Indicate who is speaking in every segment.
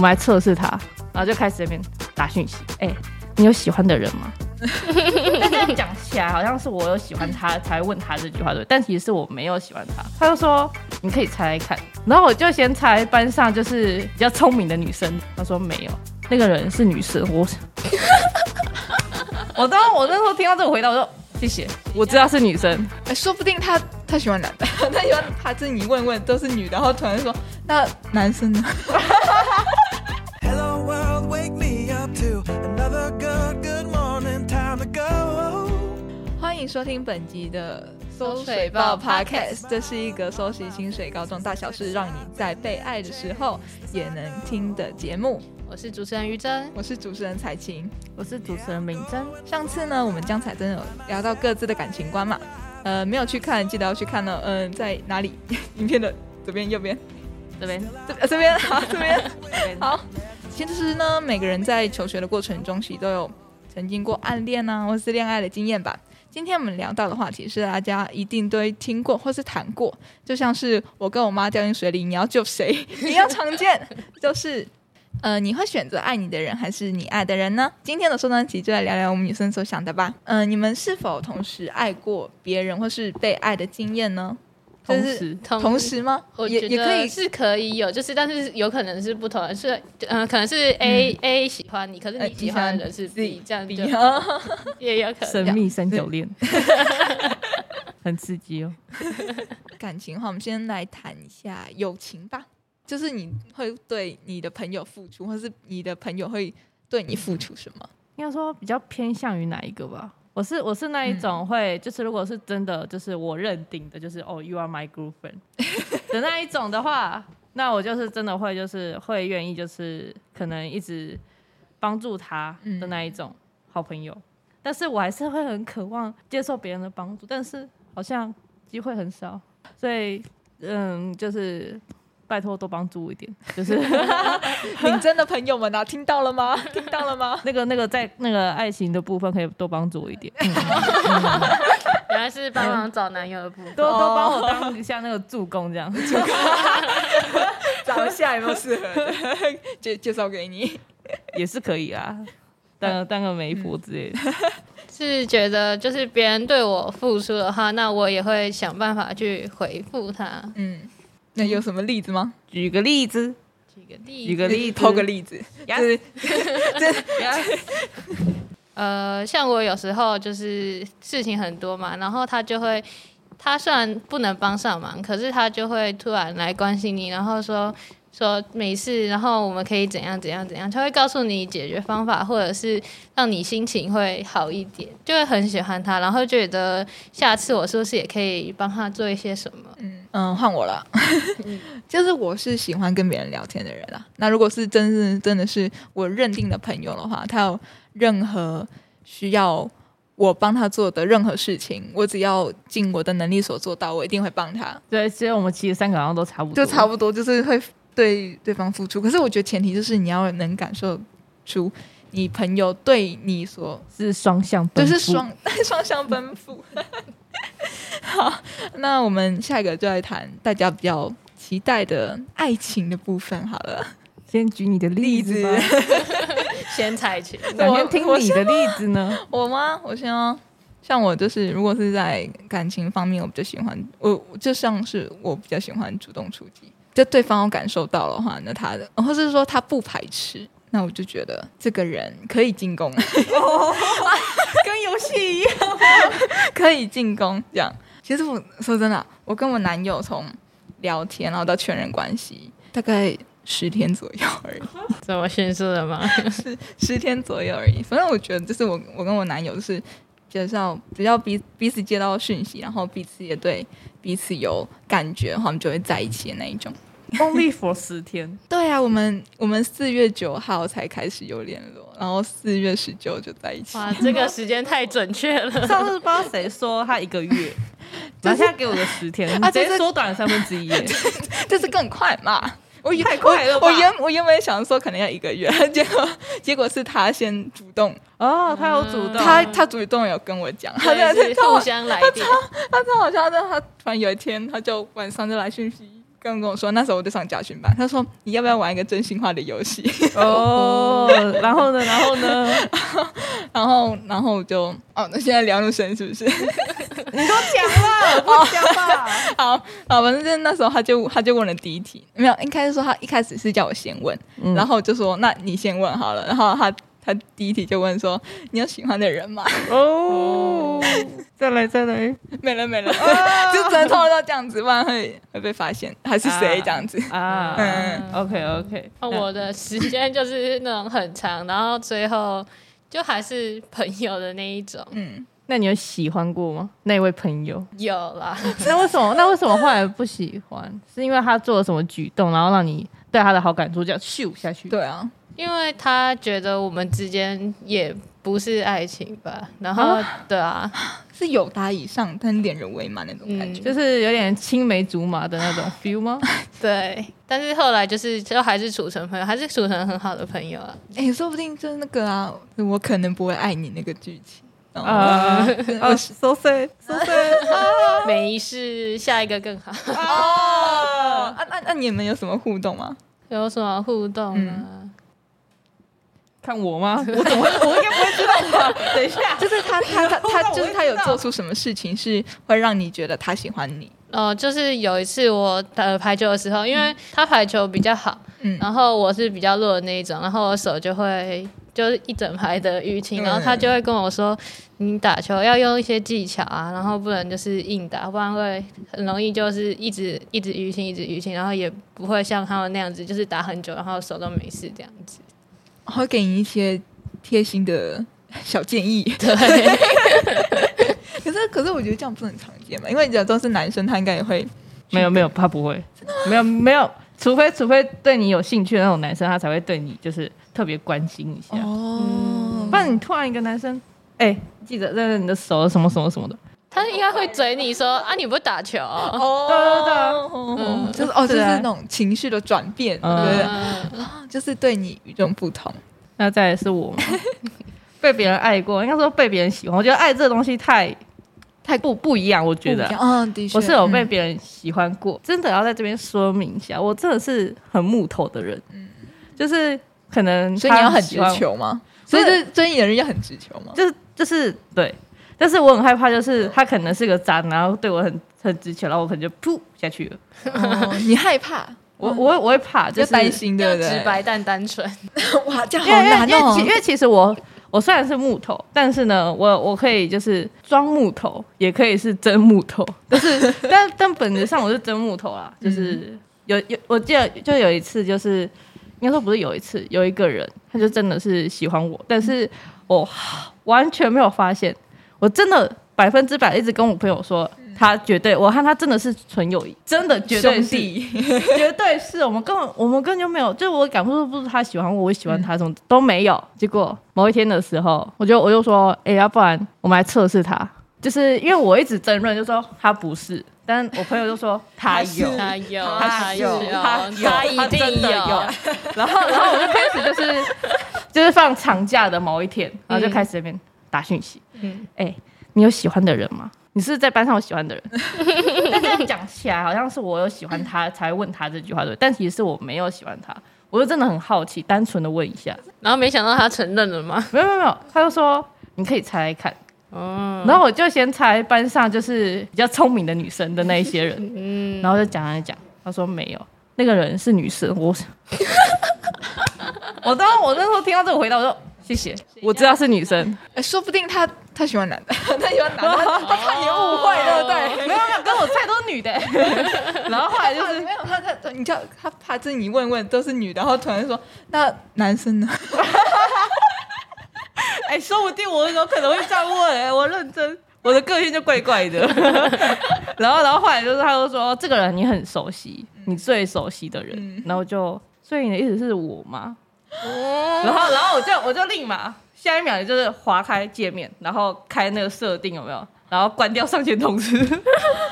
Speaker 1: 们来测试他，然后就开始那边打讯息，哎、你有喜欢的人吗？ 但这样讲起来好像是我有喜欢他才问他这句话对，但其实是我没有喜欢他。他就说你可以猜猜看，然后我就先猜班上就是比较聪明的女生，他说没有，那个人是女生，我 我当时我那时候听到这个回答，我说谢谢，我知道是女生，
Speaker 2: 哎说不定他他喜欢男的， 他喜欢他自己问问都是女的，然后突然说那男生呢？
Speaker 3: Hello world, wake me up to another good, good morning, time to go.
Speaker 2: 欢迎收听本集的《
Speaker 4: 搜水报 Podcast
Speaker 2: 这是一个搜集薪水高中大小事，让你在被爱的时候也能听的节目。
Speaker 4: 我是主持人于真，
Speaker 2: 我是主持人彩琴。
Speaker 1: 我是主持人明真，
Speaker 2: 上次呢，我们江彩真有聊到各自的感情观嘛，呃，没有去看，记得要去看哦。嗯、在哪里？ 影片的左边、右边、
Speaker 1: 这边
Speaker 2: 这 呃这边好，这边
Speaker 1: 这边
Speaker 2: 好。其实呢，每个人在求学的过程中，其实都有曾经过暗恋啊，或是恋爱的经验吧。今天我们聊到的话题是大家一定都听过或是谈过，就像是我跟我妈掉进水里，你要救谁？ 一样常见，就是呃，你会选择爱你的人还是你爱的人呢？今天的收单集就来聊聊我们女生所想的吧。嗯、你们是否同时爱过别人或是被爱的经验呢？就
Speaker 1: 同
Speaker 2: 是
Speaker 1: 时
Speaker 4: 同
Speaker 2: 同时吗？
Speaker 4: 我
Speaker 2: 也
Speaker 4: 觉
Speaker 2: 也可
Speaker 4: 得
Speaker 2: 以
Speaker 4: 是可以有，就是但是有可能是不同的，是嗯、呃可能是 A、A 喜欢你，可是
Speaker 2: 呃
Speaker 4: 你喜欢的人是 B，这样就
Speaker 2: B 啊
Speaker 4: 也有可
Speaker 1: 神
Speaker 4: 能。
Speaker 1: 秘三角恋， 很刺激哦。
Speaker 2: 感情的话，我们先来谈一下友情吧。就是你会对你的朋友付出，或是你的朋友会对你付出 什么？
Speaker 1: 应该说比较偏向于哪一个吧？我是我是那一种会，就是如果是真的，就是我认定的，就是哦，you are my girlfriend 的那一种的话，那我就是真的会，就是会愿意，就是可能一直帮助他的那一种好朋友。但是我还是会很渴望接受别人的帮助，但是好像机会很少，所以嗯，就是拜托多帮助我一点，就是
Speaker 2: 领真的朋友们啊，听到了吗？ 听到了吗？
Speaker 1: 那个那个在那个爱情的部分可以多帮助我一点。
Speaker 4: 原来是帮忙找男友 的部分。
Speaker 1: 多多
Speaker 2: 哦
Speaker 1: 帮我当一下那个助攻，这样
Speaker 2: 找一下有没有适合的， 介介绍给你。
Speaker 1: 也是可以啊。当个当个媒婆之类的，
Speaker 4: 是觉得就是别人对我付出的话，那我也会想办法去回复他。
Speaker 2: 嗯，那有什么例子吗？
Speaker 1: 举个例子，
Speaker 4: 举个
Speaker 1: 举
Speaker 4: 例子，
Speaker 1: 个 例子，
Speaker 2: 抛个例子，
Speaker 1: 呀
Speaker 2: 就是
Speaker 1: 呀，
Speaker 4: 呃，像我有时候就是事情很多嘛，然后他就会，他虽然不能帮上忙，可是他就会突然来关心你，然后说说没事，然后我们可以怎样怎样怎样，他会告诉你解决方法，或者是让你心情会好一点，就会很喜欢他，然后觉得下次我是不是也可以帮他做一些什么？
Speaker 2: 嗯嗯，换我了。嗯 就是我是喜欢跟别人聊天的人啦。那如果是真是真的是我认定的朋友的话，他有任何需要我帮他做的任何事情，我只要尽我的能力所做到，我一定会帮他。
Speaker 1: 对，其实我们其实三个好像都差不多，
Speaker 2: 就差不多就是会对对方付出。可是我觉得前提就是你要能感受出你朋友对你所
Speaker 1: 是双向奔
Speaker 2: 就
Speaker 1: 赴，
Speaker 2: 是双 双向奔赴。 好，那我们下一个就来谈大家比较期待的爱情的部分好了。
Speaker 1: 先举你的例子吧，
Speaker 4: 先采 取。
Speaker 1: 想先听你的例子呢？
Speaker 2: 我吗？我先哦。像我就是，如果是在感情方面，我比较喜欢我我就像是我比较喜欢主动出击，就对方有感受到的话，那他的，或是说他不排斥，那我就觉得这个人可以进攻，
Speaker 1: 哦 跟游戏一样，
Speaker 2: 可以进攻这样。其实我说真的啊，我跟我男友从聊天然后到确认关系，大概十天左右而已。
Speaker 4: 这么迅速的吗？
Speaker 2: 是十天左右而已。反正我觉得，就是我我跟我男友就是比较比较彼彼此接到讯息，然后彼此也对彼此有感觉，然后我们就会在一起的那一种。
Speaker 1: only for 十天，
Speaker 2: 对啊，我们我们四月九号才开始有联络，然后四月十九就在一起。
Speaker 4: 哇，这 个时间太准确 了。
Speaker 1: 上次不知道谁说他一个 月，然后现在给我个十天，你
Speaker 2: 啊
Speaker 1: 直
Speaker 2: 这是
Speaker 1: 接缩短三分之一耶，
Speaker 2: 就是更快嘛。我太
Speaker 1: 快了吧
Speaker 2: 我！我原我原本想说可能要一个月，结果结果是他先主动，
Speaker 1: 哦，他有主动，
Speaker 2: 他他主动有跟我讲，他 在
Speaker 4: 对，是互相来电。
Speaker 2: 他超好笑的，他突然有一天，他就晚上就来讯息刚跟我说，那时候我就上家训班，他说你要不要玩一个真心话的游戏？
Speaker 1: 哦，然后呢，然后呢？
Speaker 2: 然后，然后我就哦，那现在聊入深是不 是？
Speaker 1: 你都讲了，不讲 吧？
Speaker 2: 好，好，反正就是那时候他就他就问了第一题，没有，应该是说他一开始是叫我先问，然后我就说那你先问好了，然后他他第一题就问说你有喜欢的人吗？
Speaker 1: 哦，再来，再来，
Speaker 2: 没了没了， 就只能透露到这样子，不然会会被发现还是谁这样子。
Speaker 1: 啊
Speaker 2: 嗯
Speaker 1: ？OK OK，
Speaker 4: 啊我的时间就是那种很长，然后最后就还是朋友的那一种，
Speaker 2: 嗯，
Speaker 1: 那你有喜欢过吗？那一位朋友？
Speaker 4: 有啦，
Speaker 1: 那为什么？那为什么后来不喜欢？是因为他做了什么举动，然后让你对他的好感度这样咻下去？，
Speaker 2: 对啊，
Speaker 4: 因为他觉得我们之间也不是爱情吧，然后、对啊，
Speaker 2: 是有答以上，但点人为满那种感觉。
Speaker 4: 嗯
Speaker 1: 就是有点青梅竹马的那种 feel 吗？
Speaker 4: 对，但是后来就是就还是处成朋友，还是处成很好的朋友啊。
Speaker 2: 哎、说不定就是那个啊，我可能不会爱你那个剧情。啊，
Speaker 1: 啊啊，so sad，so sad
Speaker 4: 每一世下一个更好，
Speaker 2: 哦，啊，那那你们有什么互动吗？
Speaker 4: 有什么互动啊？
Speaker 1: 看我吗？ 我怎么会？我应该不会知道 吧？等一下，
Speaker 2: 就是他他他他就是他有做出什么事情是会让你觉得他喜欢你？
Speaker 4: 哦、就是有一次我打排球的时候，因为他排球比较好，
Speaker 2: 嗯
Speaker 4: 然后我是比较弱的那一种，然后我手就会就是一整排的淤青，
Speaker 2: 嗯
Speaker 4: 然后他就会跟我说，你打球要用一些技巧啊，然后不能就是硬打，不然会很容易就是一直一直淤青，一直淤青，然后也不会像他们那样子，就是打很久，然后手都没事这样子。
Speaker 2: 会给你一些贴心的小建议。
Speaker 4: 对，
Speaker 2: 可是可是我觉得这样不是很常见嘛，因为假如都是男生，他应该也会
Speaker 1: 没有没有，他不会，没有没有，除非除非对你有兴趣的那种男生，他才会对你就是特别关心一下。
Speaker 2: 哦
Speaker 1: 不然你突然一个男生，哎、记得认认你的手什么什么什么的，
Speaker 4: 他应该会嘴你说啊，你不打球哦、
Speaker 1: 对 啊
Speaker 2: 对对对，就是哦，就是那种情绪的转变，对
Speaker 1: 嗯
Speaker 2: 不对？
Speaker 4: 嗯
Speaker 2: 啊就是对你与众不同。
Speaker 1: 那再来是我嘛， 被别人爱过，应该说被别人喜欢。我觉得爱这个东西太太不不一样，我觉得
Speaker 2: 不一样嗯，的确，
Speaker 1: 我是有被
Speaker 2: 嗯
Speaker 1: 别人喜欢过，真的要在这边说明一下，我真的是很木头的人，就是可能
Speaker 2: 嗯所以你
Speaker 1: 他
Speaker 2: 要很直
Speaker 1: 喜欢我
Speaker 2: 球吗？所以就是追你的人要很直球吗？
Speaker 1: 就是就是对，但是我很害怕，就是他可能是个渣男，然后对我很很直球，然后我可能就噗下去了。
Speaker 2: 哦你害怕，
Speaker 1: 我我会我会怕，就
Speaker 2: 嗯就是担，心，嗯对
Speaker 4: 要
Speaker 2: 不对？
Speaker 4: 直白但单纯。
Speaker 2: 哇，这样
Speaker 1: 因为因为
Speaker 2: 好
Speaker 1: 因
Speaker 2: 难
Speaker 1: 为
Speaker 2: 哦
Speaker 1: 其因。为其实我我虽然是木头，但是呢，我我可以就是装木头，也可以是真木头， 但是但但本质上我是真木头啦，
Speaker 2: 嗯
Speaker 1: 就是有有我记得就有一次就是。应该说不是有一次，有一个人他就真的是喜欢我，但是我 完全没有发现，我真的百分之百一直跟我朋友说，
Speaker 2: 嗯
Speaker 1: 他绝对，我和他真的是纯友谊，真的绝对
Speaker 2: 兄
Speaker 1: 是，
Speaker 2: 弟，
Speaker 1: 绝对是我们根本我们根本就没有，就是我感受不出他喜欢我，我喜欢他什么都没有。结果某一天的时候，我就我就说，哎、要不然我们来测试他，就是因为我一直争论，就说他不是，但我朋友就说他有。
Speaker 4: 他有，
Speaker 1: 他有
Speaker 4: 有，
Speaker 2: 啊
Speaker 1: 他有
Speaker 4: 他一定
Speaker 1: 真的有。然后，然后我就开始就是就是放长假的某一天，然后就开始在那边打讯息。
Speaker 4: 嗯
Speaker 1: 嗯，哎、你有喜欢的人吗？你是不是在班上有喜欢的人？ 但这样讲起来，好像是我有喜欢他才问他这句话对，但其实是我没有喜欢他。我就真的很好奇，单纯的问一下，
Speaker 4: 然后没想到他承认了嘛。
Speaker 1: 没有没有没有，他就说你可以猜猜看，
Speaker 4: 哦，
Speaker 1: 然后我就先猜班上就是比较聪明的女生的那一些人，
Speaker 4: 嗯，
Speaker 1: 然后就讲讲讲，他说没有，那个人是女生。我 我当我那时候听到这个回答，我说谢谢，我知道是女生。
Speaker 2: 哎说不定他他喜欢男的， 他喜欢男的，他他怕你误会，对不
Speaker 4: 哦
Speaker 2: 对？
Speaker 1: 没有没有，跟我猜都是女 的、然后后来就
Speaker 2: 他
Speaker 1: 是
Speaker 2: 没有他他你叫他怕，这你问问都是女的，然后突然说那男生呢？
Speaker 1: 哎、说不定我有可能会这样问、哎，我认真，我的个性就怪怪的。然后，然后后来就是他就说，哦这个人你很熟悉，你最熟悉的人，
Speaker 2: 嗯
Speaker 1: 然后就，所以你的意思是我吗？然后，然后我就我就立马下一秒也就是划开界面，然后开那个设定有没有？然后关掉上线通知，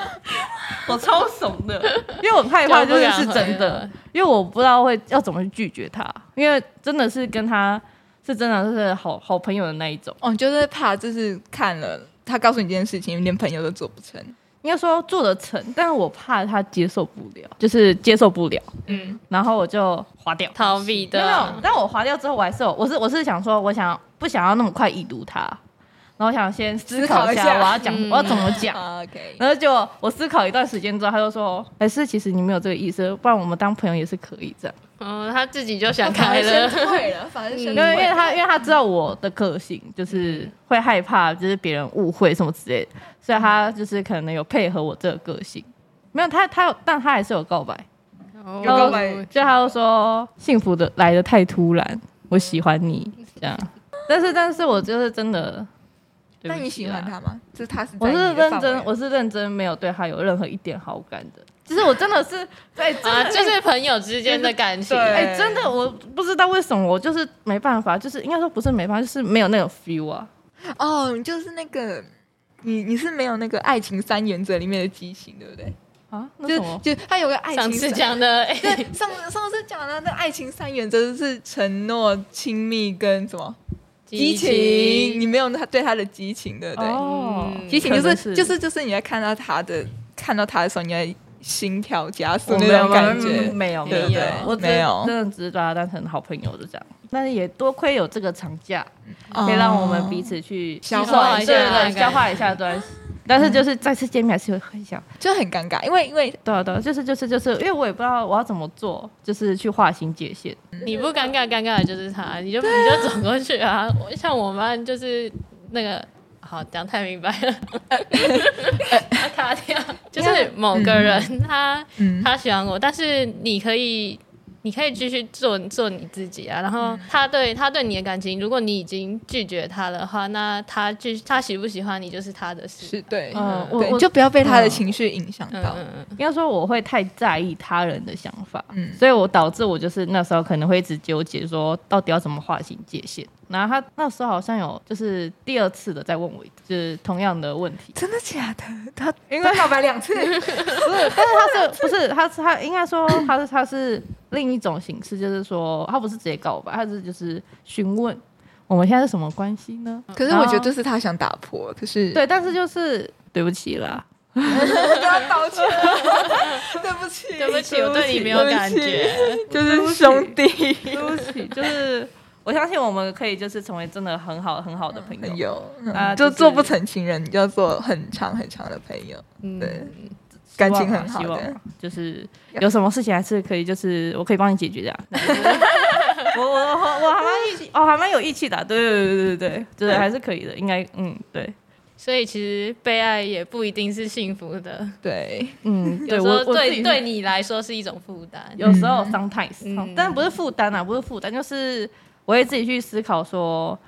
Speaker 1: 我超怂的，因为我很害怕，就是是真的。因为我不知道会要怎么去拒绝他，因为真的是跟他是真的是好好朋友的那一种。
Speaker 2: 哦，就是怕就是看了他告诉你这件事情，连朋友都做不成。
Speaker 1: 应该说做得成，但是我怕他接受不了，就是接受不了，
Speaker 4: 嗯，
Speaker 1: 然后我就划掉。
Speaker 4: 逃避
Speaker 1: 没
Speaker 4: 的
Speaker 1: 有没有
Speaker 4: 啊，，
Speaker 1: 但我划掉之后，我还是有，我是我是想说，我想不想要那么快已读他，然后我想先思考一
Speaker 2: 思
Speaker 1: 下
Speaker 2: 考一下
Speaker 1: 我要讲、
Speaker 4: 嗯
Speaker 1: 我要怎么讲。
Speaker 2: 啊 OK，
Speaker 1: 然后就我思考一段时间之后，他就说，还是其实你没有这个意思，不然我们当朋友也是可以这样。
Speaker 4: 嗯，他自己就想
Speaker 2: 他反
Speaker 4: 开
Speaker 2: 而
Speaker 4: 了
Speaker 2: 生， 退了，反而生
Speaker 1: 因为嗯因
Speaker 2: 退
Speaker 1: 为
Speaker 2: 了。
Speaker 1: 他因为他知道我的个性，就是会害怕，就是别人误会什么之类的，所以他就是可能有配合我这个个性。没有他他有，但他还是有告白，
Speaker 4: 哦
Speaker 2: 有告白
Speaker 1: 就他就说幸福的来的太突然，我喜欢你这样。但是但是我就是真的，对
Speaker 2: 那
Speaker 1: 不
Speaker 2: 你
Speaker 1: 起
Speaker 2: 喜欢
Speaker 1: 啦？
Speaker 2: 他吗？就是他啊是
Speaker 1: 我
Speaker 2: 在你
Speaker 1: 是
Speaker 2: 的
Speaker 1: 认
Speaker 2: 范围
Speaker 1: 真，我是认真，没有对他有任何一点好感的。就是我真的是对，真
Speaker 4: 啊，
Speaker 1: 的
Speaker 4: 就是朋友之间的感情，
Speaker 2: 对
Speaker 1: 哎、真的，我不知道为什么，我就是没办法，就是应该说不是没办法，就是没有那种 feel 啊。
Speaker 2: 哦，你就是那个，你你是没有那个爱情三原则里面的激情，对不对？
Speaker 1: 啊，那什
Speaker 2: 就
Speaker 1: 么？
Speaker 2: 就他有个爱情
Speaker 4: 上次
Speaker 2: 三
Speaker 4: 讲的，哎
Speaker 2: 对上上次讲的那爱情三原则就是承诺、亲密跟什么激情，你没有他对他的激情，对不对？
Speaker 1: 哦
Speaker 4: 嗯
Speaker 2: 激情就
Speaker 1: 可能
Speaker 2: 是就是就是你在看到他的看到他的时候，你的心跳加速
Speaker 1: 我没
Speaker 2: 那
Speaker 1: 有
Speaker 2: 种感觉。
Speaker 1: 没有
Speaker 2: 对
Speaker 1: 没
Speaker 2: 不
Speaker 1: 有
Speaker 2: 对，
Speaker 1: 我只
Speaker 2: 没有
Speaker 1: 真的只是把他当成好朋友就这样。但是也多亏有这个长假，
Speaker 2: 哦
Speaker 1: 可以让我们彼此去
Speaker 2: 消
Speaker 1: 吸
Speaker 2: 化
Speaker 1: 收
Speaker 2: 一
Speaker 1: 对
Speaker 4: 下
Speaker 1: 对对
Speaker 4: 感觉
Speaker 1: 消化一下
Speaker 2: 嗯
Speaker 1: 对。但是就是再次见面还是会很想，
Speaker 2: 就很尴尬，因为因为
Speaker 1: 对啊对啊，就是就是就是，因为我也不知道我要怎么做，就是去划清界限。
Speaker 4: 你不尴尬，尴尬的就是他，你就你就走过去啊。我像我们就是那个，好讲太明白 了，他卡掉，就是某个人他
Speaker 2: 嗯
Speaker 4: 他喜欢我，但是你可以。你可以继续做做你自己啊，然后他对他对你的感情，如果你已经拒绝他的话，那他拒他喜不喜欢你就是他的事。
Speaker 2: 是对，
Speaker 1: 嗯，我
Speaker 2: 对，
Speaker 1: 我
Speaker 2: 就不要被他的
Speaker 1: 嗯
Speaker 2: 情绪影响
Speaker 4: 嗯
Speaker 2: 到。
Speaker 4: 嗯嗯，
Speaker 1: 应该说我会太在意他人的想法，
Speaker 2: 嗯，
Speaker 1: 所以我导致我就是那时候可能会一直纠结说到底要怎么划清界限。然后他那时候好像有就是第二次的在问我，就是同样的问题
Speaker 2: 真的假的？他因为告白两 次，
Speaker 1: 不是，
Speaker 2: 啊
Speaker 1: 但是他是不是他是他应该说他是他是另一种形式，就是说他不是直接告白，他是就是询问我们现在是什么关系呢？
Speaker 2: 可是我觉得这是他想打破，可是
Speaker 1: 对，但是就是对不起啦，
Speaker 2: 跟他道歉， 对不起，
Speaker 4: 对不起，我对你没有感觉。
Speaker 2: 就是兄 弟
Speaker 1: 对不起，就是我相信我们可以就是成为真的很好很好的朋友。
Speaker 2: 朋友，
Speaker 1: 啊
Speaker 2: 嗯
Speaker 1: 就
Speaker 2: 就是做不成情人，你就要做很长很长的朋友，
Speaker 4: 嗯
Speaker 2: 对，感情很好
Speaker 1: 希望啊希
Speaker 2: 的
Speaker 1: 望。啊就是有什么事情还是可以，就是我可以帮你解决的 啊。我我我我还蛮义气，哦，还蛮有义气的啊、对对对对对对，就是还是可以的，应该嗯 对
Speaker 4: 所以其实被爱也不一定是幸福的，
Speaker 2: 对，
Speaker 1: 嗯，对
Speaker 4: 有时
Speaker 1: 我
Speaker 4: 候
Speaker 1: 我自
Speaker 4: 对
Speaker 1: 己
Speaker 4: 对你来说是一种负担。
Speaker 1: 有时候 sometimes，、
Speaker 4: 嗯
Speaker 1: 但不是负担啊，不是负担，就是我会自己去思考说，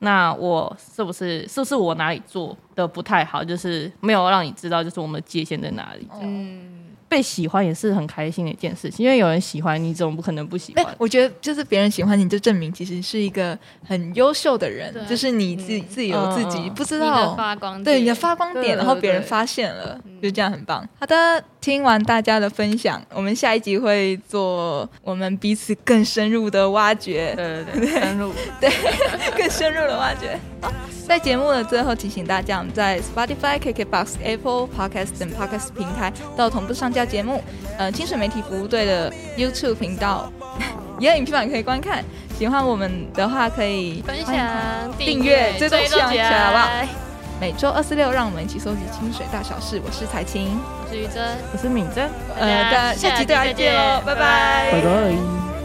Speaker 1: 那我是不是是不是我哪里做的不太好，就是没有让你知道，就是我们的界限在哪里。
Speaker 4: 嗯，
Speaker 1: 被喜欢也是很开心的一件事情，因为有人喜欢你，总不可能不喜
Speaker 2: 哎
Speaker 1: 欢。，
Speaker 2: 我觉得就是别人喜欢你，就证明其实是一个很优秀的人
Speaker 4: 对，
Speaker 2: 就是你自己
Speaker 4: 嗯
Speaker 2: 自己有自己
Speaker 1: 啊嗯
Speaker 2: 不知
Speaker 4: 你的
Speaker 2: 道。
Speaker 4: 发光，
Speaker 2: 对你的，发光
Speaker 1: 对
Speaker 2: 点，然后
Speaker 1: 对
Speaker 2: 别人
Speaker 1: 对
Speaker 2: 发现了，就这样很棒。好的，听完大家的分享，我们下一集会做我们彼此更深入的挖掘，
Speaker 1: 对对对，深入。
Speaker 2: 更深入的挖掘。好 在节目的最后提醒大家，我们在 Spotify、KKBox、Apple Podcast 等 Podcast 平台都有同步上架节目。呃，清水媒体服务队的 YouTube 频道 也有影片版可以观看。喜欢我们的话，可以
Speaker 4: 分
Speaker 2: 欢迎
Speaker 4: 享、
Speaker 2: 订阅追踪起来
Speaker 4: 起
Speaker 2: 好不好
Speaker 4: 来。
Speaker 2: 每周二四六，让我们一起收集清水大小事。我是彩晴。
Speaker 4: 我是于真，
Speaker 1: 我是敏珍，
Speaker 2: 呃，大家
Speaker 4: 大家
Speaker 2: 下期再
Speaker 4: 下期再
Speaker 2: 见喽，
Speaker 4: 见
Speaker 2: 拜拜
Speaker 1: 拜拜。